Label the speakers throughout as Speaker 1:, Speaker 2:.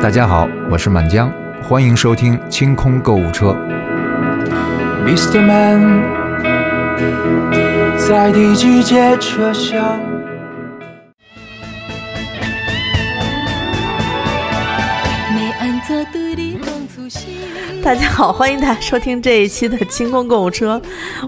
Speaker 1: 大家好，我是满江，欢迎收听清空购物车。
Speaker 2: Mr. Man，在第几节车厢？
Speaker 3: 大家好，欢迎大家收听这一期的清空购物车，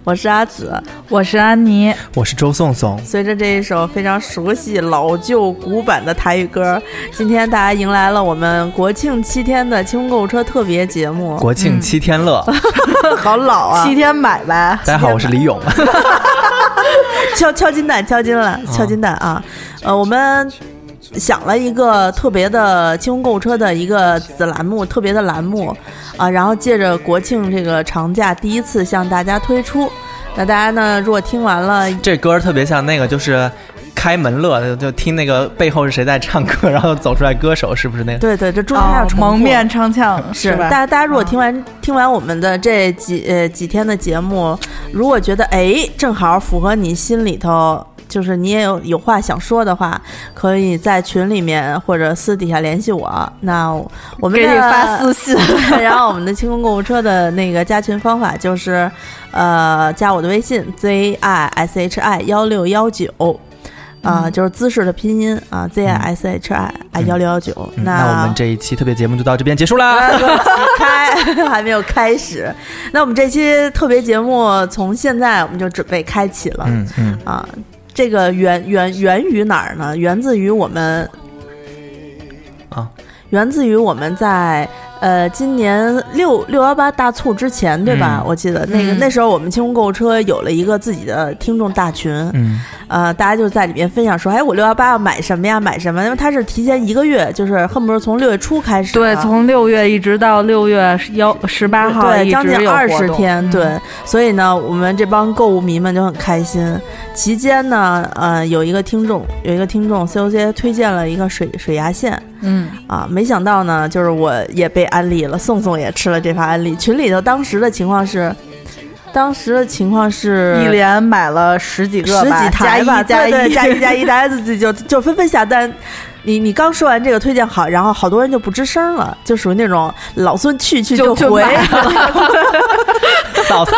Speaker 3: 我是阿紫。
Speaker 4: 我是安妮，
Speaker 5: 我是周颂颂，
Speaker 3: 随着这一首非常熟悉、老旧、古板的台语歌，今天大家迎来了我们国庆七天的清空购物车特别节目，
Speaker 5: 国庆七天 乐。
Speaker 3: 好老啊！
Speaker 4: 七天买呗。
Speaker 5: 大家好，我是李勇。
Speaker 3: 敲敲金蛋，敲金蛋，敲金蛋啊！呃，我们想了一个特别的清空购物车的一个子栏目，特别的栏目啊，然后借着国庆这个长假第一次向大家推出。那大家呢，如果听完了，
Speaker 5: 这歌儿特别像那个，就是开门乐，就就听那个背后是谁在唱歌，然后走出来歌手是不是那个？
Speaker 3: 对对，这中间哦还有重复
Speaker 4: 哦蒙面唱腔
Speaker 3: 是，
Speaker 4: 吧？
Speaker 3: 大家大家如果听完、听完我们的这几呃几天的节目，如果觉得哎正好符合你心里头，就是你也有有话想说的话，可以在群里面或者私底下联系我。那我们
Speaker 4: 给你
Speaker 3: 的
Speaker 4: 发私信
Speaker 3: 然后我们的清空购物车的那个加群方法就是，呃，加我的微信 z i s h i 幺六幺九。啊、就是姿势的拼音啊，z i s h i 啊幺六幺九。
Speaker 5: 嗯那我们这一期特别节目就到这边结 束啦。
Speaker 3: 开还没有开始。那我们这期特别节目从现在我们就准备开启了、
Speaker 5: 嗯嗯，
Speaker 3: 啊。这个源源源于哪儿呢？源自于我们
Speaker 5: 啊，
Speaker 3: 源自于我们在呃今年六六幺八大促之前，对吧？
Speaker 5: 嗯
Speaker 3: 我记得那个、
Speaker 4: 嗯
Speaker 3: 那时候我们清空购物车有了一个自己的听众大群，
Speaker 5: 嗯，
Speaker 3: 呃，大家就在里面分享说，哎，我六幺八要买什么呀？买什么？因为它是提前一个月，就是恨不得从六月初开始啊的，
Speaker 4: 对，从六月一直到六月幺十八号，
Speaker 3: 对，啊将近二十天，
Speaker 4: 嗯
Speaker 3: 对，所以呢，我们这帮购物迷们就很开心。期间呢，呃，有一个听众，有一个听众 COC 推荐了一个水水牙线
Speaker 4: 嗯，
Speaker 3: 啊，没想到呢，就是我也被安利了，宋宋也吃了这盘安利。群里头当时的情况是，当时的情况是
Speaker 4: 一连买了十几个
Speaker 3: 十
Speaker 4: 吧，
Speaker 3: 几台吧，
Speaker 4: 加一
Speaker 3: 对对加
Speaker 4: 加
Speaker 3: 一加一，大家自己就就纷纷下单。你你刚说完这个推荐好，然后好多人就不吱声了，就属于那种老孙去去
Speaker 4: 就就
Speaker 3: 回。
Speaker 4: 买
Speaker 5: 嫂嫂，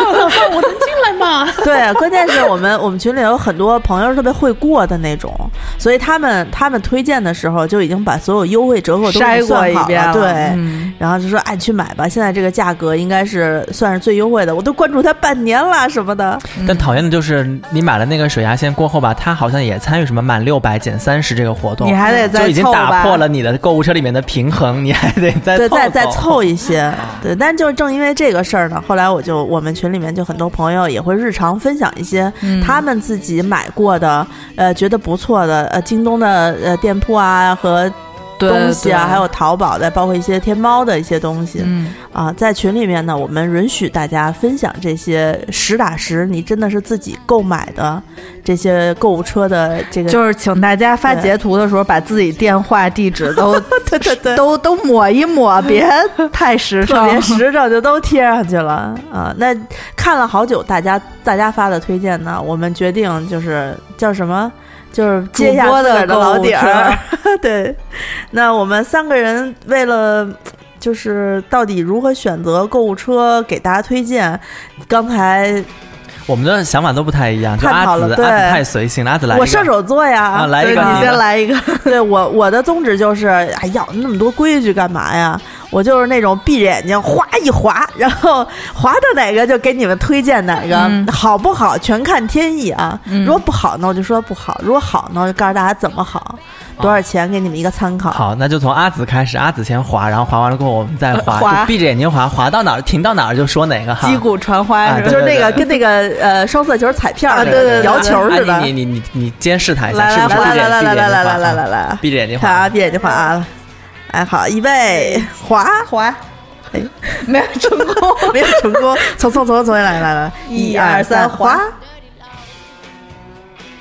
Speaker 3: 对，关键是我们我们群里有很多朋友是特别会过的那种，所以他们他们推荐的时候就已经把所有优惠折扣都给你
Speaker 4: 筛过
Speaker 3: 算
Speaker 4: 一
Speaker 3: 好
Speaker 4: 遍
Speaker 3: 对。
Speaker 4: 嗯
Speaker 3: 然后就说：“哎，去买吧！现在这个价格应该是算是最优惠的，我都关注它半年了什么的。
Speaker 5: 但讨厌的就是你买了那个水牙线过后吧，它好像也参与什么满六百减三十这个活动，
Speaker 4: 你还得再
Speaker 5: 就已经
Speaker 4: 凑
Speaker 5: 打
Speaker 4: 吧
Speaker 5: 破了你的购物车里面的平衡，你还得再
Speaker 3: 对，再
Speaker 5: 再
Speaker 3: 再凑一些。
Speaker 4: 啊
Speaker 3: 对，但就是正因为这个事儿呢，后来我就我们群里面就很多朋友也会日常分享一些
Speaker 4: 嗯
Speaker 3: 他们自己买过的，呃，觉得不错的，呃，京东的呃店铺啊和
Speaker 4: 对
Speaker 3: 东西啊，
Speaker 4: 对
Speaker 3: 还有淘宝的，包括一些天猫的一些东西、
Speaker 4: 嗯，
Speaker 3: 啊，在群里面呢，我们允许大家分享这些实打实，你真的是自己购买的这些购物车的这个，
Speaker 4: 就是请大家发截图的时候，把自己电话、地址都
Speaker 3: 对对 对，
Speaker 4: 都都抹一抹，别太时
Speaker 3: 特
Speaker 4: 尚，
Speaker 3: 别实诚，就都贴上去了啊。那看了好久，大家大家发的推荐呢，我们决定就是叫什么？就是
Speaker 4: 主
Speaker 3: 接下
Speaker 4: 播
Speaker 3: 自个
Speaker 4: 的
Speaker 3: 儿的
Speaker 4: 购
Speaker 3: 老
Speaker 4: 物
Speaker 3: 底儿
Speaker 4: 车，
Speaker 3: 对，那我们三个人为了就是到底如何选择购物车给大家推荐，刚才
Speaker 5: 我们的想法都不太一样，就
Speaker 3: 探讨
Speaker 5: 阿紫，
Speaker 3: 了
Speaker 5: 阿紫
Speaker 3: 对
Speaker 5: 太随性了，阿紫来一个，
Speaker 3: 我射手座呀，
Speaker 5: 啊来一
Speaker 4: 对
Speaker 5: 个，
Speaker 4: 你先来一个，
Speaker 3: 对我我的宗旨就是，哎呀，那么多规矩干嘛呀？我就是那种闭着眼睛哗一划，然后划到哪个就给你们推荐哪个，
Speaker 4: 嗯
Speaker 3: 好不好全看天意啊。
Speaker 4: 嗯
Speaker 3: 如果不好呢，我就说不好；如果好呢，我就告诉大家怎么好，多少钱给你们一个参考。
Speaker 5: 好，那就从阿紫开始，阿紫先滑，然后滑完了过后我们再滑，
Speaker 4: 滑
Speaker 5: 就闭着眼睛滑，滑到哪儿停到哪儿就说哪个哈。
Speaker 4: 击鼓传花
Speaker 5: 啊
Speaker 4: 是吧
Speaker 3: 就？是那
Speaker 5: 对
Speaker 3: 个
Speaker 5: 对对
Speaker 3: 跟那个呃双色球彩票
Speaker 4: 啊
Speaker 3: 那
Speaker 4: 对
Speaker 3: 个
Speaker 4: 对对
Speaker 3: 摇球似的
Speaker 5: 哎。你你你你你监视他一下，
Speaker 3: 来
Speaker 5: 是
Speaker 3: 来
Speaker 5: 不是
Speaker 3: 来
Speaker 5: 闭
Speaker 3: 来
Speaker 5: 着眼
Speaker 3: 来
Speaker 5: 闭着
Speaker 3: 来
Speaker 5: 眼睛
Speaker 3: 来来
Speaker 5: 滑？
Speaker 3: 来来来
Speaker 5: 啊
Speaker 3: 来，
Speaker 5: 闭着眼睛
Speaker 3: 看啊，
Speaker 5: 滑。
Speaker 3: 闭眼睛滑啊！哎，好，预备，滑。
Speaker 4: 滑，
Speaker 3: 哎
Speaker 4: 没有成功。
Speaker 3: 没有成功，从从从从来来来，
Speaker 4: 一二三
Speaker 3: 滑
Speaker 4: 滑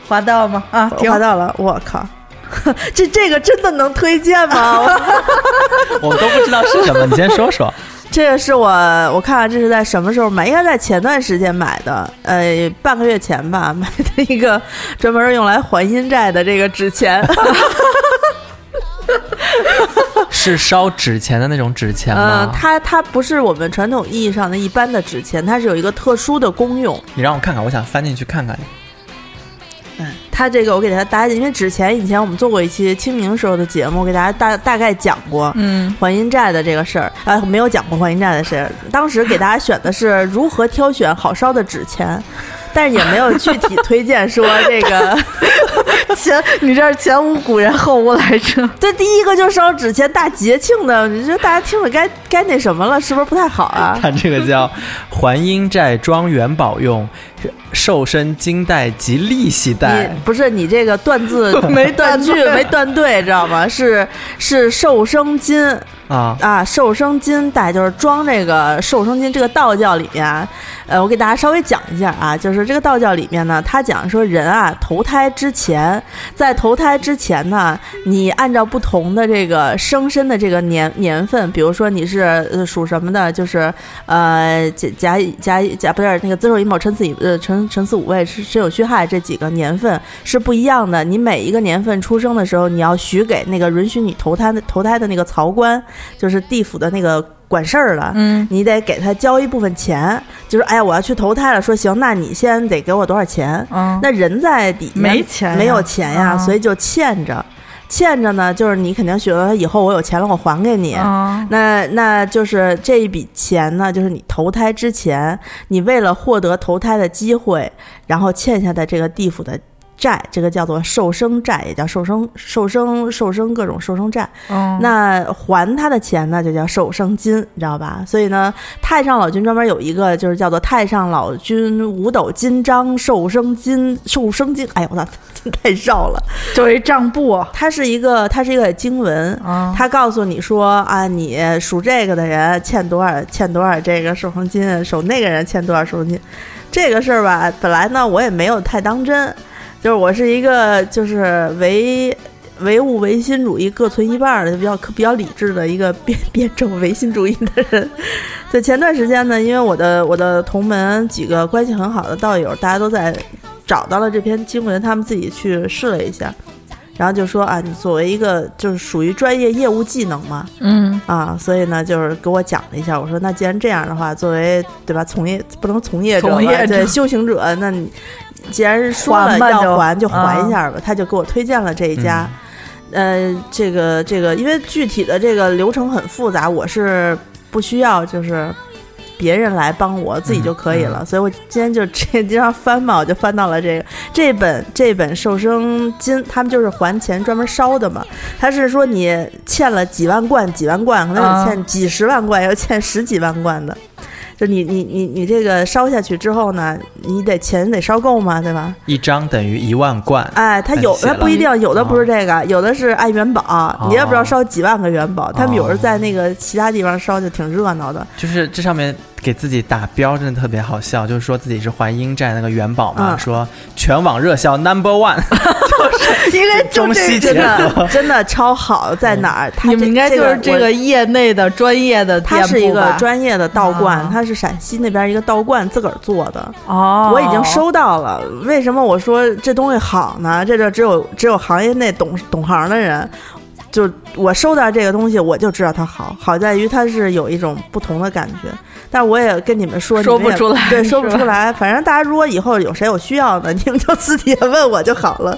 Speaker 4: 滑到吗？啊，挺
Speaker 3: 哦滑到了，我靠！ 这这个真的能推荐吗？
Speaker 5: 我都不知道是什么，你先说说。
Speaker 3: 这个是我我看啊看这是在什么时候买，应该在前段时间买的，呃，半个月前吧， 买的一个专 呃门用来还阴债的这个纸钱。
Speaker 5: 是烧纸钱的那种纸钱
Speaker 3: 呃，
Speaker 5: 吗？
Speaker 3: 它它不是我们传统意义上的一般的纸钱，它是有一个特殊的功用。
Speaker 5: 你让我看看，我想翻进去看看。
Speaker 3: 嗯，它这个我给大家大家，因为纸钱以前我们做过一期清明时候的节目，我给大家大大概讲过，
Speaker 4: 嗯，
Speaker 3: 还阴债的这个事儿，啊，没有讲过还阴债的事儿。当时给大家选的是如何挑选好烧的 纸钱，但是也没有具体推荐说这个。
Speaker 4: 前你这是前无古人后无来者，
Speaker 3: 这第一个就烧纸钱，大节庆的，你说大家听着该该那什么了，是不是不太好啊？
Speaker 5: 它这个叫“还阴债庄元宝用，瘦身金带及利息带
Speaker 3: 你不是你这个 断字没断句没断对，知道吗？是是寿生金”
Speaker 5: 啊，
Speaker 3: 啊，寿生金带就是装这个寿生金。这个道教里面啊，呃，我给大家稍微讲一下啊，就是这个道教里面呢，它讲说人啊投胎之前，在投胎之前呢，你按照不同的这个生身的这个年年份，比如说你是呃属什么的，就是呃甲甲乙甲乙甲不是那个子丑寅卯辰巳寅呃辰辰巳午未申申酉戌亥这几个年份是不一样的。你每一个年份出生的时候，你要许给那个允许你投胎的投胎的那个曹官，就是地府的那个管事儿的，
Speaker 4: 嗯，
Speaker 3: 你得给他交一部分钱，就是哎呀我要去投胎了，说行，那你先得给我多少钱？
Speaker 4: 嗯
Speaker 3: 那人在底下
Speaker 4: 没钱呀
Speaker 3: 没有钱呀，
Speaker 4: 啊
Speaker 3: 所以就欠着，欠着呢，就是你肯定觉得以后我有钱了，我还给你。
Speaker 4: 啊，
Speaker 3: 那那就是这一笔钱呢，就是你投胎之前，你为了获得投胎的机会，然后欠下的这个地府的债，这个叫做寿生债，也叫寿生寿生寿生各种寿生债。
Speaker 4: 嗯
Speaker 3: 那还他的钱呢，就叫寿生金，你知道吧？所以呢，太上老君专门有一个，就是叫做太上老君五斗金章寿生金寿生金。哎呦我操， 太绕了！
Speaker 4: 就是一账簿，
Speaker 3: 它是一个，它是一个经文，
Speaker 4: 啊，
Speaker 3: 他告诉你说啊，你属这个的人欠多少欠多少这个手生金，属那个人欠多少手生金，这个事儿吧，本来呢我也没有太当真，就是我是一个就是唯唯物唯心主义各存一半儿的比较比较理智的一个 辩辩证唯心主义的人。对，前段时间呢，因为我的我的同门几个关系很好的道友，大家都在找到了这篇经文，他们自己去试了一下。然后就说啊，你作为一个就是属于专业业务技能嘛，
Speaker 4: 嗯，
Speaker 3: 啊，所以呢就是给我讲了一下。我说那既然这样的话，作为对吧，从业不能从业者吧，
Speaker 4: 从业者
Speaker 3: 对修行者，那你既然说了
Speaker 4: 还吧
Speaker 3: 要
Speaker 4: 就啊
Speaker 3: 还就还一下吧。他就给我推荐了这一家，
Speaker 4: 嗯
Speaker 3: 呃，这个这个，因为具体的这个流程很复杂，我是不需要就是。别人来帮我，自己
Speaker 4: 嗯
Speaker 3: 就可以了。所以我今天就这经常翻嘛，我就翻到了这个这本这本寿生金，他们就是还钱专门烧的嘛。他是说你欠了几万贯、几万贯，可能
Speaker 4: 啊
Speaker 3: 有欠几十万贯，有欠十几万贯的。就你你你你这个烧下去之后呢，你得钱得烧够嘛，对吧？
Speaker 5: 一张等于一万贯。
Speaker 3: 哎，他有
Speaker 5: 写
Speaker 3: 他
Speaker 5: 了啊
Speaker 3: 不一定，有的不是这个，有的是按元宝，你也不知道烧几万个元宝。他们有时候在那个其他地方烧就挺热闹 的。
Speaker 5: 就是这上面给自己打标真的特别好笑，就是说自己是还阴债那个元宝嘛，
Speaker 3: 嗯
Speaker 5: 说全网热销 number one，
Speaker 3: 因为
Speaker 5: 就中西
Speaker 3: 真
Speaker 5: 结
Speaker 3: 的真的超好，在哪儿？他
Speaker 4: 嗯你们应该就是这
Speaker 3: 我
Speaker 4: 个业内的专业的店
Speaker 3: 他
Speaker 4: 铺吧，
Speaker 3: 是一个专业的道观
Speaker 4: 啊，
Speaker 3: 他是陕西那边一个道观自个儿做的。
Speaker 4: 哦，
Speaker 3: 我已经收到了。为什么我说这东西好呢？这就只有只有行业内懂懂行的人，就我收到这个东西，我就知道它好。好在于它是有一种不同的感觉，但我也跟你们说，
Speaker 4: 说
Speaker 3: 你们也
Speaker 4: 不出来
Speaker 3: 对，
Speaker 4: 是
Speaker 3: 说不
Speaker 4: 吧
Speaker 3: 出来。反正大家如果以后有谁有需要的， 你们就私底下问我就好了。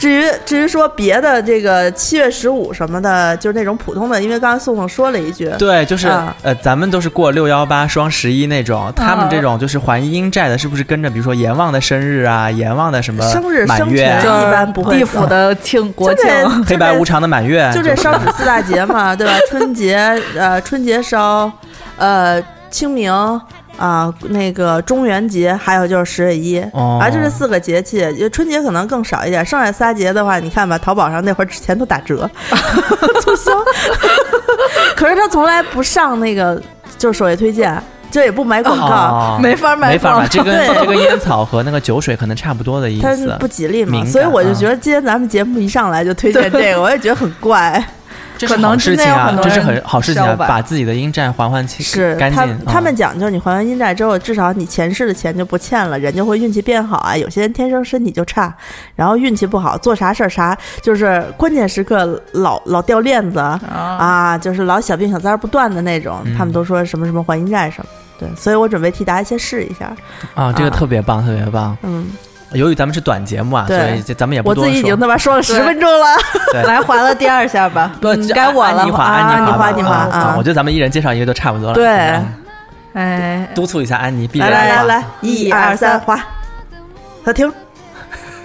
Speaker 3: 至于至于说别的这个七月十五什么的，就是那种普通的，因为刚才宋宋说了一句，
Speaker 5: 对，就是、
Speaker 3: 啊
Speaker 5: 呃，咱们都是过六幺八、双十一那种，他们这种就是还阴债的，是不是跟着比如说阎王的生日啊、阎王的什么
Speaker 3: 生日
Speaker 5: 满月啊、
Speaker 3: 生
Speaker 4: 就
Speaker 3: 辰
Speaker 4: 是
Speaker 3: 一般不会
Speaker 4: 地府的庆国
Speaker 3: 就
Speaker 4: 庆，
Speaker 3: 这
Speaker 5: 黑白无常的满月，啊
Speaker 3: 就这烧纸四大节嘛， 对吧？春节，呃，春节烧，呃，清明啊、那个中元节，还有就是十月一。
Speaker 5: 哦
Speaker 3: 啊，就这四个节气，也春节可能更少一点，剩下仨节的话，你看吧，淘宝上那会儿之前都打折， 促销。 可是他从来不上那个，就是首页推荐，就也不买广告，
Speaker 5: 哦
Speaker 4: 啊没法买
Speaker 5: 没法买，
Speaker 4: 房，
Speaker 5: 这跟
Speaker 3: 对
Speaker 5: 这跟烟草和那个酒水可能差不多的意
Speaker 3: 他
Speaker 5: 思
Speaker 3: 不。吉利嘛，
Speaker 5: 敏感嗯
Speaker 3: 所以我就觉得今天咱们节目一上来就推荐这个，我也觉得很怪。
Speaker 5: 这
Speaker 4: 可
Speaker 5: 是
Speaker 4: 能
Speaker 5: 好事
Speaker 4: 真的
Speaker 5: 情
Speaker 4: 有很
Speaker 5: 啊，
Speaker 4: 多
Speaker 5: 这是
Speaker 4: 人
Speaker 5: 很好事情
Speaker 4: 消
Speaker 5: 啊，
Speaker 4: 吧
Speaker 5: 把自己的阴债还还清
Speaker 3: 是
Speaker 5: 干
Speaker 3: 他
Speaker 5: 净。
Speaker 3: 他们
Speaker 5: 嗯
Speaker 3: 讲究，你还完阴债之后，至少你前世的钱就不欠了，人就会运气变好啊。有些人天生身体就差，然后运气不好，做啥事儿啥就是关键时刻老老掉链子啊
Speaker 4: 啊，
Speaker 3: 啊，就是老小病小灾儿不断的那种。他
Speaker 5: 嗯
Speaker 3: 们都说什么什么还阴债什么，对，所以我准备替大家先试一下。
Speaker 5: 啊，这个
Speaker 3: 啊
Speaker 5: 特别棒，特别棒。
Speaker 3: 嗯，
Speaker 5: 由于咱们是短节目啊，所
Speaker 3: 对
Speaker 5: 以这咱们也不
Speaker 3: 我
Speaker 5: 多
Speaker 3: 自己已经
Speaker 5: 说。
Speaker 3: 他妈说了十分钟了，
Speaker 4: 来还了第二下吧，
Speaker 5: 不
Speaker 4: 嗯
Speaker 5: 这
Speaker 4: 该我
Speaker 5: 安
Speaker 4: 了
Speaker 5: 妮华，
Speaker 4: 啊
Speaker 5: 安妮
Speaker 3: 安妮华
Speaker 5: 华吧，
Speaker 3: 安妮华
Speaker 5: 啊
Speaker 3: 啊
Speaker 5: 我觉得咱们一人介绍一个就差不多了。
Speaker 3: 对
Speaker 5: 嗯
Speaker 4: 哎，
Speaker 5: 督促一下安妮，啊必
Speaker 3: 来
Speaker 5: 然
Speaker 3: 来来
Speaker 5: 要
Speaker 3: 来，一二三，划，他听，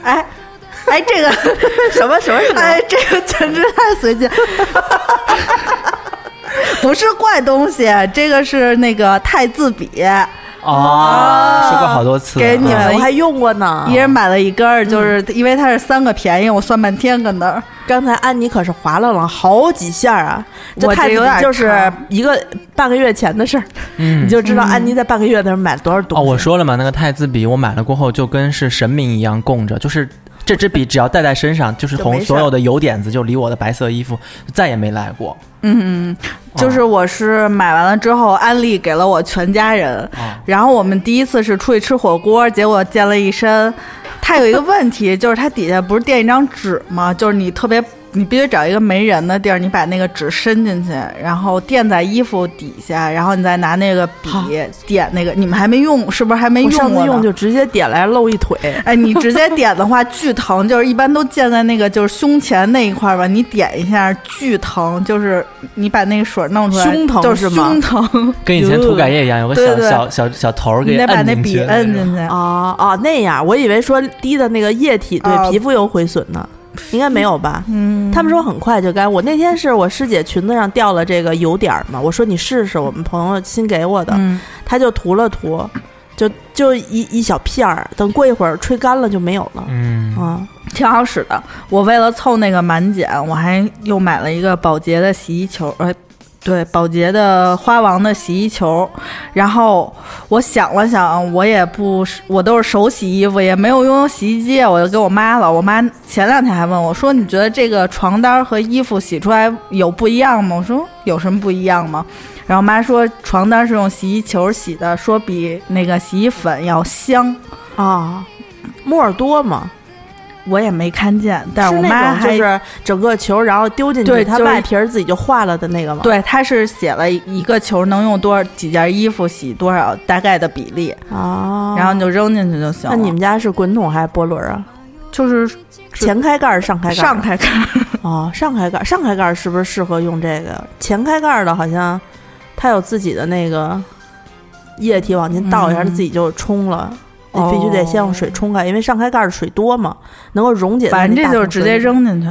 Speaker 3: 哎。哎，这个什么什么什么？
Speaker 4: 哎，这个简直太随机。 不是怪东西，这个是那个太字笔，
Speaker 5: 哦，说过好多次了，
Speaker 4: 给你
Speaker 5: 嗯
Speaker 4: 们
Speaker 3: 我还用过呢。
Speaker 4: 一人买了一根儿，就是因为它是三个便宜，我算半天搁那儿。
Speaker 3: 刚才安妮可是划拉了好几下啊，这
Speaker 4: 我这
Speaker 3: 太子
Speaker 4: 有点
Speaker 3: 就是
Speaker 4: 长
Speaker 3: 一个半个月前的事儿，
Speaker 5: 嗯
Speaker 3: 你就知道安妮在半个月的时候买了多少东
Speaker 5: 哦，
Speaker 3: 西。
Speaker 5: 我说了嘛，那个太字笔我买了过后就跟是神明一样供着，就是这支笔只要带在身上，就是
Speaker 3: 就没事儿
Speaker 5: 从所有的油点子就离我的白色衣服再也没来过。
Speaker 4: 嗯，就是我是买完了之后，安利给了我全家人。然后我们第一次是出去吃火锅，结果溅了一身。它有一个问题，就是它底下不是垫一张纸吗？就是你特别，你必须找一个没人的地儿，你把那个纸伸进去，然后垫在衣服底下，然后你再拿那个笔点那个。你们还没用，是不是还没
Speaker 3: 我
Speaker 4: 用
Speaker 3: 上次
Speaker 4: 过呢？
Speaker 3: 用就直接点来露一腿，
Speaker 4: 哎，你直接点的话巨疼，就是一般都溅在那个就是胸前那一块儿吧，你点一下巨疼，就是你把那个水弄出来，
Speaker 3: 胸疼
Speaker 4: 就是是
Speaker 3: 吗
Speaker 4: 胸疼，
Speaker 5: 跟以前涂改液一样，有个小
Speaker 4: 对对
Speaker 5: 小小小头儿给
Speaker 4: 你得把
Speaker 5: 摁
Speaker 4: 那
Speaker 5: 进去
Speaker 4: 笔
Speaker 5: 的
Speaker 4: 摁
Speaker 5: 那种
Speaker 4: 进去。
Speaker 3: 哦哦那样，我以为说滴的那个液体
Speaker 4: 哦
Speaker 3: 对皮肤有毁损呢，应该没有吧？
Speaker 4: 嗯，
Speaker 3: 他们说很快就干。我那天是我师姐裙子上掉了这个油点儿嘛，我说你试试，我们朋友新给我的，
Speaker 4: 嗯，
Speaker 3: 她就涂了涂，就就一一小片儿，等过一会儿吹干了就没有了。
Speaker 5: 嗯，
Speaker 3: 啊，
Speaker 4: 挺好使的。我为了凑那个满减，我还又买了一个宝洁的洗衣球，呃，对，宝洁的花王的洗衣球。然后我想了想，我也不是，我都是手洗衣服，也没有拥有洗衣机，啊我就给我妈了。我妈前两天还问我说：“你觉得这个床单和衣服洗出来有不一样吗？”我说：“有什么不一样吗？”然后我妈说：“床单是用洗衣球洗的，说比那个洗衣粉要香。”
Speaker 3: 啊，沫儿多嘛，
Speaker 4: 我也没看见，但
Speaker 3: 是
Speaker 4: 我妈
Speaker 3: 那种
Speaker 4: 还
Speaker 3: 就是整个球，然后丢进去，
Speaker 4: 对
Speaker 3: 它
Speaker 4: 就是
Speaker 3: 外皮儿自己就化了的那个嘛。，
Speaker 4: 对，他是写了一个球能用多少几件衣服洗多少大概的比例，
Speaker 3: 啊，
Speaker 4: 然后你就扔进去就行了。
Speaker 3: 那你们家是滚筒还是波轮啊？
Speaker 4: 就是
Speaker 3: 前开盖儿、上开盖儿？啊
Speaker 4: 上开盖儿，
Speaker 3: 哦，上开盖儿，上开盖儿是不是适合用这个？前开盖儿的好像它有自己的那个液体往进倒一下，
Speaker 4: 嗯
Speaker 3: 它自己就冲了。你
Speaker 4: 哦
Speaker 3: 必须得先用水冲开，因为上开盖儿的水多嘛，能够溶解在
Speaker 4: 反
Speaker 3: 那
Speaker 4: 正
Speaker 3: 大
Speaker 4: 这
Speaker 3: 桶水里。
Speaker 4: 就是直接扔进去。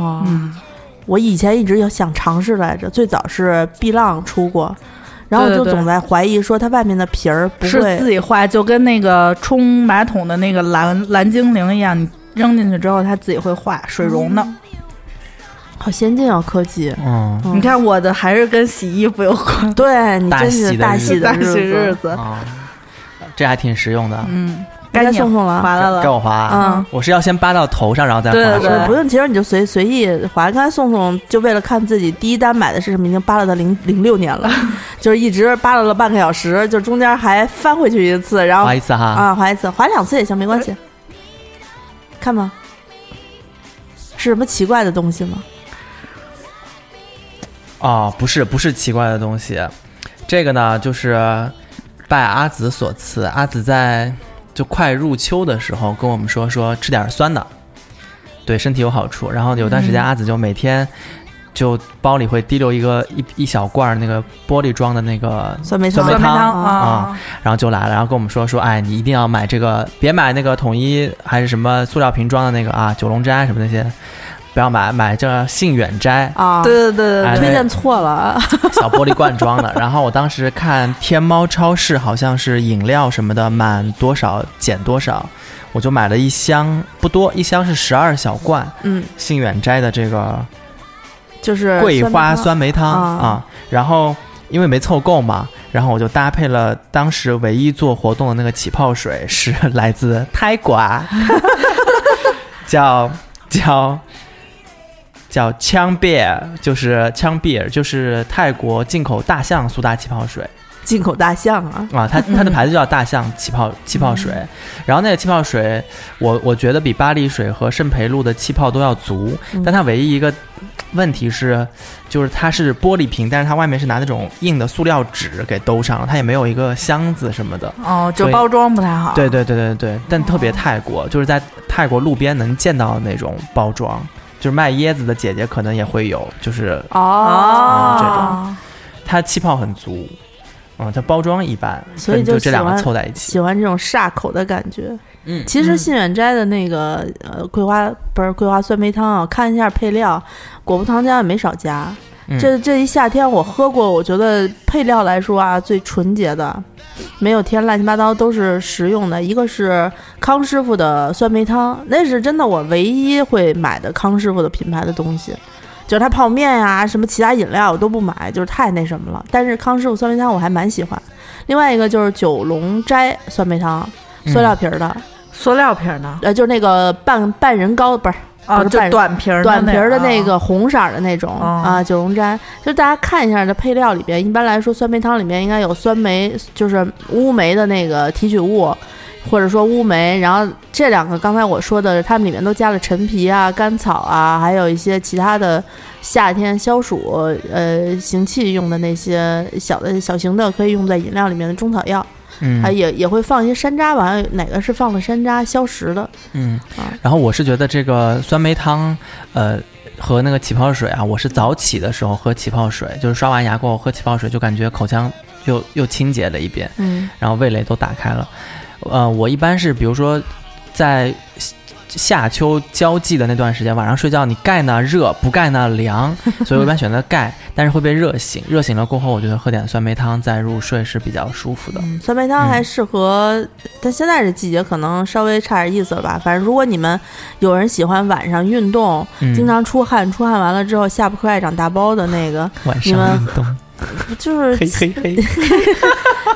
Speaker 3: 哦。
Speaker 4: 嗯，
Speaker 3: 我以前一直有想尝试来着，最早是碧浪出过，然后我
Speaker 4: 对
Speaker 3: 就
Speaker 4: 对对
Speaker 3: 总在怀疑说它外面的皮儿不
Speaker 4: 是
Speaker 3: 会
Speaker 4: 自己画，就跟那个冲马桶的那个蓝蓝精灵一样，你扔进去之后它自己会画水溶的。
Speaker 3: 嗯好先进啊，科技。
Speaker 5: 嗯
Speaker 3: 嗯
Speaker 4: 你看我的还是跟洗衣服有关，
Speaker 3: 对你
Speaker 5: 大
Speaker 3: 真
Speaker 5: 喜
Speaker 3: 是
Speaker 5: 的
Speaker 3: 大
Speaker 5: 日
Speaker 3: 喜
Speaker 5: 子
Speaker 3: 的
Speaker 4: 嗯大洗
Speaker 3: 日
Speaker 4: 日
Speaker 3: 子，哦
Speaker 4: 子。
Speaker 5: 啊，这还挺实用的。
Speaker 4: 嗯，
Speaker 3: 该
Speaker 4: 该你
Speaker 3: 送送了。
Speaker 4: 划拉
Speaker 5: 该
Speaker 4: 了，
Speaker 5: 我划啊，
Speaker 3: 嗯，
Speaker 5: 我是要先扒到头上，然后再划。
Speaker 4: 对对
Speaker 5: 是吧
Speaker 3: 对，不用，其实你就随随意划。刚才宋宋就为了看自己第一单买的是什么，已经扒拉到零零 六年了，就是一直扒拉了半个小时，就中间还翻回去一次，然后
Speaker 5: 划一次哈。
Speaker 3: 啊划一次，划两次也行，没关系。看吧，是什么奇怪的东西吗？
Speaker 5: 哦，不是，不是奇怪的东西，这个呢，就是拜阿紫所赐。阿紫在就快入秋的时候跟我们说，说吃点酸的，对身体有好处。然后有段时间，
Speaker 3: 嗯
Speaker 5: 阿紫就每天就包里会提溜一个一一小罐儿那个玻璃装的那个
Speaker 3: 酸梅
Speaker 5: 酸
Speaker 3: 汤，
Speaker 5: 梅
Speaker 4: 酸梅汤
Speaker 3: 啊
Speaker 5: 啊
Speaker 4: 啊，
Speaker 5: 然后就来了，然后跟我们说说，哎，你一定要买这个，别买那个统一还是什么塑料瓶装的那个啊，九龙斋什么那些，不要买，买这杏远斋
Speaker 3: 啊，
Speaker 4: 对对对对
Speaker 5: 哎
Speaker 4: 对，
Speaker 3: 推荐错了啊。
Speaker 5: 小玻璃罐装的。然后我当时看天猫超市好像是饮料什么的满多少减多少，我就买了一箱，不多，一箱是十二小罐
Speaker 3: 嗯，
Speaker 5: 杏远斋的这个
Speaker 3: 就是
Speaker 5: 桂
Speaker 3: 梅
Speaker 5: 花
Speaker 3: 汤
Speaker 5: 酸梅汤
Speaker 3: 啊
Speaker 5: 啊，然后因为没凑够嘛，然后我就搭配了当时唯一做活动的那个起泡水，是来 自泰国，叫叫叫枪毙，就是枪毙，就是泰国进口大象苏打气泡水
Speaker 3: 进口大象啊，
Speaker 5: 啊，它它的牌子就叫大象气泡气泡水。
Speaker 3: 嗯
Speaker 5: 然后那个气泡水，我我觉得比巴黎水和圣培露的气泡都要足，
Speaker 3: 嗯
Speaker 5: 但它唯一一个问题是，就是它是玻璃瓶，但是它外面是拿那种硬的塑料纸给兜上了，它也没有一个箱子什么的。
Speaker 4: 哦，就
Speaker 5: 所以
Speaker 4: 包装不太
Speaker 3: 啊
Speaker 4: 好。
Speaker 5: 对，对对对
Speaker 3: 哦
Speaker 5: 对，但特别泰国，就是在泰国路边能见到的那种包装，就是卖椰子的姐姐可能也会有，就是
Speaker 3: 哦
Speaker 5: 嗯这种它气泡很足，嗯，它包装一般，
Speaker 3: 所以
Speaker 5: 就
Speaker 3: 就
Speaker 5: 这两
Speaker 3: 喜
Speaker 5: 个
Speaker 3: 欢
Speaker 5: 凑在一起，
Speaker 3: 喜欢这种煞口的感觉。
Speaker 5: 嗯
Speaker 3: 其实信远斋的那个呃桂花不是桂花酸梅汤啊，看一下配料，果葡糖浆也没少加。
Speaker 5: 嗯
Speaker 3: 这这一夏天我喝过，我觉得配料来说啊，最纯洁的，没有添乱七八糟，都是实用的。一个是康师傅的酸梅汤，那是真的我唯一会买的康师傅的品牌的东西。就是它泡面呀、什么其他饮料我都不买，就是太那什么了。但是康师傅酸梅汤我还蛮喜欢。另外一个就是九龙斋酸梅汤，
Speaker 5: 嗯
Speaker 3: 塑料瓶儿的，
Speaker 4: 塑料瓶呢？
Speaker 3: 呃，就是那个半半人高，不是
Speaker 4: 啊，
Speaker 3: 不是
Speaker 4: 就
Speaker 3: 半人
Speaker 4: 短瓶儿的
Speaker 3: 短瓶儿的那哦
Speaker 4: 个
Speaker 3: 个红色儿的那种、
Speaker 4: 哦
Speaker 3: 啊，九龙斋，就是大家看一下这配料里边，一般来说酸梅汤里面应该有酸梅，就是乌梅的那个提取物，或者说乌梅，然后这两个刚才我说的，它们里面都加了陈皮啊、甘草啊，还有一些其他的夏天消暑呃行气用的那些小的小型的可以用在饮料里面的中草药，啊
Speaker 5: 嗯
Speaker 3: 也也会放一些山楂吧，好像有哪个是放了山楂消食的，
Speaker 5: 嗯
Speaker 3: 啊。
Speaker 5: 然后我是觉得这个酸梅汤，呃。和那个起泡水啊，我是早起的时候喝起泡水，就是刷完牙过后喝起泡水，就感觉口腔又又清洁了一遍。
Speaker 3: 嗯
Speaker 5: 然后味蕾都打开了。呃，我一般是比如说在夏夏秋交际的那段时间，晚上睡觉你盖呢热，不盖呢 凉，所以我一般选择盖，但是会被热醒。热醒了过后，我觉得喝点酸梅汤再入睡是比较舒服的。
Speaker 3: 嗯，酸梅汤还适合，但现在这季节可能稍微差点意思了吧。反正如果你们有人喜欢晚上运动，
Speaker 5: 嗯，
Speaker 3: 经常出汗，出汗完了之后下巴快长大包的那个，
Speaker 5: 晚
Speaker 3: 你
Speaker 5: 上
Speaker 3: 们
Speaker 5: 运动，
Speaker 3: 就是
Speaker 5: 嘿 嘿嘿，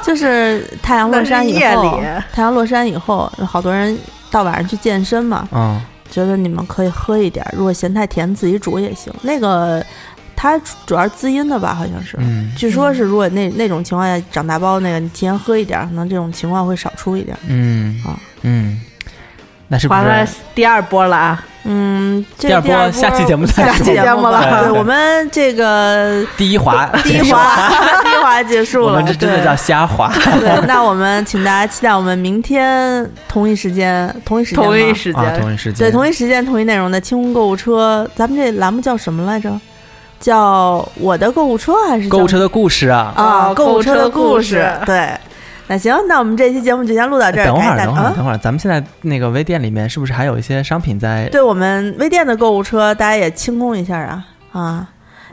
Speaker 3: 就是太阳落山以
Speaker 4: 那是
Speaker 3: 后
Speaker 4: 夜里，
Speaker 3: 太阳落山以后，好多人到晚上去健身嘛，
Speaker 5: 嗯
Speaker 3: 觉得你们可以喝一点儿，如果嫌太甜自己煮也行。那个它主要是滋阴的吧，好像是。
Speaker 5: 嗯
Speaker 3: 据说是，如果那那种情况下长大包那个，你提前喝一点儿，可能这种情况会少出一点儿。
Speaker 5: 嗯
Speaker 3: 啊
Speaker 5: 嗯，那是不
Speaker 4: 完了
Speaker 5: 是？
Speaker 4: 第二波了啊！
Speaker 3: 嗯，这
Speaker 5: 第二波
Speaker 3: 第二
Speaker 5: 下期节目再
Speaker 3: 下期
Speaker 5: 说
Speaker 3: 节目了。
Speaker 5: 对对
Speaker 3: 对
Speaker 5: 对
Speaker 3: 我们这个
Speaker 5: 第一滑，
Speaker 3: 第一滑，第一滑结束
Speaker 5: 我
Speaker 3: 了。
Speaker 5: 们这真的
Speaker 3: 对
Speaker 5: 叫 瞎滑。
Speaker 3: 对。那我们请大家期待我们明天同一时间，同一时间吗，
Speaker 4: 同一时
Speaker 5: 啊，
Speaker 4: 间，
Speaker 5: 同一时间，
Speaker 3: 对，同一时间同一内容的清空购物车。咱们这栏目叫什么来着？叫我的购物车还是叫
Speaker 5: 购物车的故事啊。
Speaker 3: 啊？
Speaker 4: 哦
Speaker 3: 购物车的故
Speaker 4: 购物
Speaker 3: 事
Speaker 4: 车的故事。
Speaker 3: 对，那行，那我们这期节目就先录到这儿。
Speaker 5: 哎等会
Speaker 3: 感谢大
Speaker 5: 儿，等会儿，
Speaker 3: 啊
Speaker 5: 等会儿，咱们现在那个微店里面是不是还有一些商品在
Speaker 3: 对我们微店的购物车，大家也清空一下啊啊！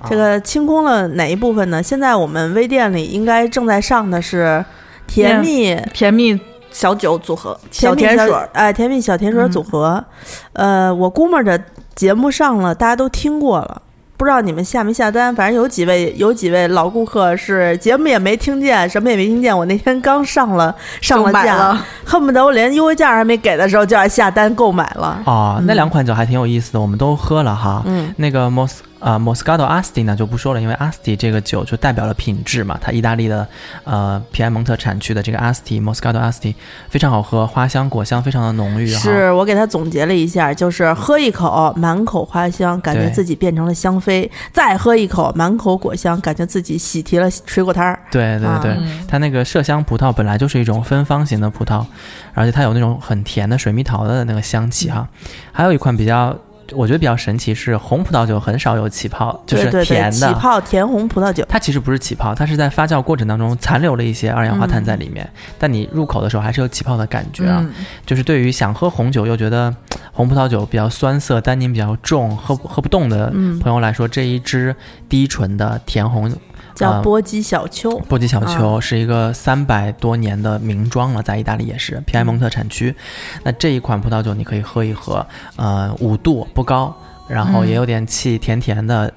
Speaker 3: 这个清空了哪一部分呢？现在我们微店里应该正在上的是甜蜜、
Speaker 4: 甜蜜小酒组合，
Speaker 3: 甜
Speaker 4: 嗯小
Speaker 3: 蜜
Speaker 4: 甜水儿，嗯
Speaker 3: 哎，甜蜜小甜水组合。呃，我估摸着节目上了，大家都听过了。不知道你们下没下单，反正有几位有几位老顾客是节目也没听见，什么也没听见。我那天刚上了上
Speaker 4: 就
Speaker 3: 了
Speaker 4: 买
Speaker 3: 架，
Speaker 4: 了
Speaker 3: 恨不得我连优惠价还没给的时候就要下单购买了。
Speaker 5: 哦，那两款酒还挺有意思的，我们都喝了哈。
Speaker 3: 嗯，
Speaker 5: 那个 Mos 啊 Moscato Asti 呢就不说了，因为 Asti 这个酒就代表了品质嘛，它意大利的呃皮埃蒙特产区的这个 Asti Moscato Asti 非常好喝，花香果香非常的浓郁哈。
Speaker 3: 是我给他总结了一下，就是喝一口满口花香，感觉
Speaker 5: 对
Speaker 3: 自己变成了香妃；再喝一口满口果香，感觉自己喜提了水果摊儿。
Speaker 5: 对
Speaker 3: 啊
Speaker 5: 对对，它那个麝香葡萄本来就是一种芬芳型的葡萄，而且它有那种很甜的水蜜桃的那个香气哈。
Speaker 3: 嗯
Speaker 5: 还有一款比较，我觉得比较神奇是红葡萄酒很少有起泡，就是
Speaker 3: 对对
Speaker 5: 甜
Speaker 3: 对，
Speaker 5: 的。
Speaker 3: 起泡甜红葡萄酒。
Speaker 5: 它其实不是起泡，它是在发酵过程当中残留了一些二氧化碳在里面，
Speaker 3: 嗯
Speaker 5: 但你入口的时候还是有起泡的感觉啊。
Speaker 4: 嗯，
Speaker 5: 就是对于想喝红酒又觉得嘖红葡萄酒比较酸涩、单宁比较重、喝喝不动的
Speaker 3: 嗯
Speaker 5: 朋友来说，这一支低醇的甜红
Speaker 3: 叫
Speaker 5: 啊
Speaker 3: 波姬小丘。
Speaker 5: 波吉小丘是一个三百多年的名庄了，在意大利也是皮埃蒙特产区。那这一款葡萄酒你可以喝一喝，呃，五度不高，然后
Speaker 4: 嗯
Speaker 5: 也有点气，甜甜的。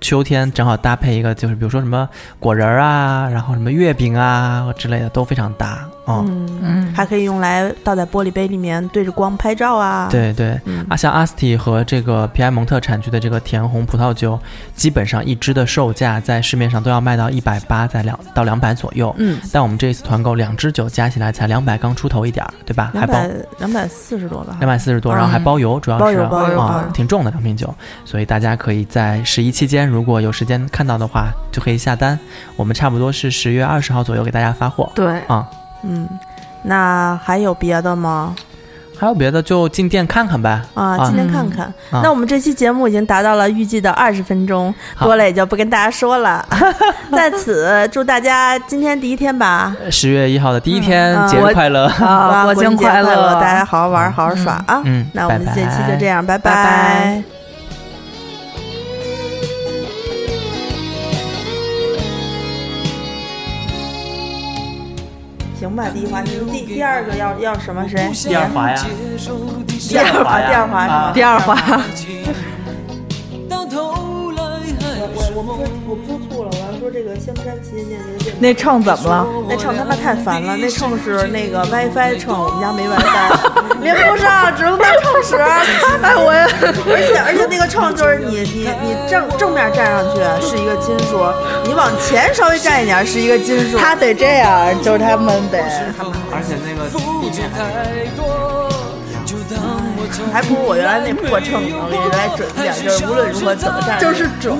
Speaker 5: 秋天正好搭配一个，就是比如说什么果仁儿啊，然后什么月饼啊之类的都非常搭。嗯，
Speaker 3: 嗯，
Speaker 4: 嗯，
Speaker 3: 还可以用来倒在玻璃杯里面对着光拍照啊。，
Speaker 5: 对对，
Speaker 3: 嗯
Speaker 5: 啊，像阿斯提和这个皮埃蒙特产区的这个甜红葡萄酒，基本上一支的售价在市面上都要卖到一百八，在两到两百左右。
Speaker 3: 嗯，
Speaker 5: 但我们这一次团购两支酒加起来才两百刚出头一点儿，对吧？
Speaker 3: 两
Speaker 5: 还包
Speaker 3: 百两百四十多吧，
Speaker 5: 啊两百四十多，然后还包邮，主要
Speaker 3: 包
Speaker 5: 是
Speaker 3: 邮包
Speaker 4: 邮包
Speaker 5: 啊
Speaker 4: 邮，
Speaker 5: 挺重的两瓶酒，所以大家可以在十一期间，如果有时间看到的话，就可以下单。我们差不多是十月二十号左右给大家发货。
Speaker 4: 对，
Speaker 5: 啊、
Speaker 3: 嗯，那还有别的吗？
Speaker 5: 还有别的就进店看看呗。
Speaker 3: 啊，
Speaker 5: 啊
Speaker 3: 今天看看。
Speaker 5: 啊
Speaker 3: 那我们这期节目已经达到了预计的二十分钟，
Speaker 5: 好
Speaker 3: 多了也就不跟大家说了。在此祝大家今天第一天吧，
Speaker 5: 十月一号的第一天，
Speaker 3: 嗯
Speaker 5: 节
Speaker 4: 我
Speaker 5: 日快乐！
Speaker 4: 啊，
Speaker 3: 国
Speaker 4: 国庆
Speaker 3: 快
Speaker 4: 快乐，
Speaker 3: 大家好好玩，好好耍啊！
Speaker 5: 嗯
Speaker 3: 那我们这期就
Speaker 5: 拜
Speaker 3: 这样，拜
Speaker 4: 拜
Speaker 3: 拜行吧，第一滑，你第第二个要要什么？谁？
Speaker 5: 第二滑呀，
Speaker 3: 第二滑，第二滑是吗？
Speaker 4: 第二话。
Speaker 6: 到头来还
Speaker 3: 我我不是我不说错了，我要说这个香山旗舰店这个店。
Speaker 4: 那秤怎么了？
Speaker 3: 那秤他妈太烦了，那秤是那个 WiFi 秤，我们家没 WiFi，连不上，只能当秤使。哎，我也，而且而且那个秤就是你你你正正面站上去是一个金属，你往前稍微站一点是一个金属。
Speaker 4: 他得这样，就是他们 得。
Speaker 5: 而且那个
Speaker 6: 付出太多，就当我从
Speaker 3: 还不如我原来那破秤呢，我原来准一点，就是无论如何怎么站
Speaker 4: 就是准，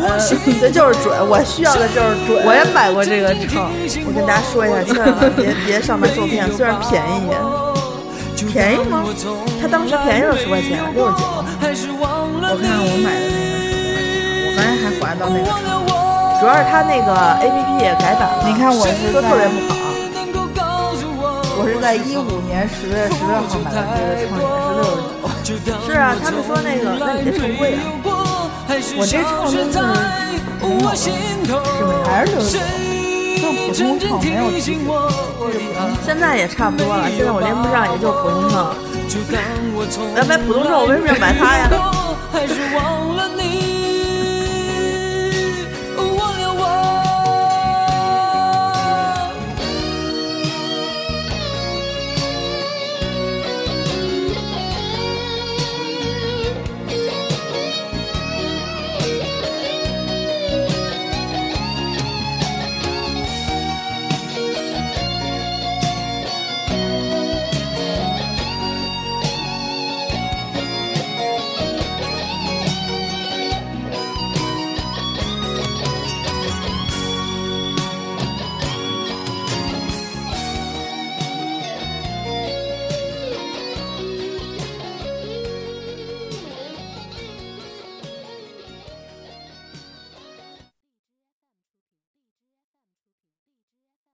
Speaker 3: 这就是准，我需要的就是准。
Speaker 4: 我也买过这个 秤，
Speaker 3: 我跟大家说一下，千万别别上当受骗，虽然便宜一点。便宜吗？它当时便宜了十块钱，六十九。
Speaker 6: 还是忘了
Speaker 4: 我看我买的那个，我发现还划到那个秤。
Speaker 3: 主要是它那个 A P P 也改版了，
Speaker 4: 你看我是
Speaker 3: 说特别不好。
Speaker 6: 能够告诉
Speaker 3: 啊
Speaker 6: 我，
Speaker 4: 我是在一五年十月十六号买的这个秤，也是六十九。
Speaker 6: 就当
Speaker 3: 是啊，他们说那个，那你这更贵啊。
Speaker 6: 有过，还是
Speaker 4: 我这
Speaker 6: 消
Speaker 4: 秤
Speaker 6: 失
Speaker 4: 真的
Speaker 6: 在我心头。
Speaker 4: 还是六十九，就
Speaker 6: 谁
Speaker 4: 普
Speaker 6: 真
Speaker 4: 通
Speaker 6: 正
Speaker 4: 秤没有
Speaker 6: 提醒我，
Speaker 3: 现在也差不多了，现在我连不上，也就普通秤。
Speaker 6: 就当我从
Speaker 3: 要买普通秤，我为什么要买它呀？
Speaker 6: 还是忘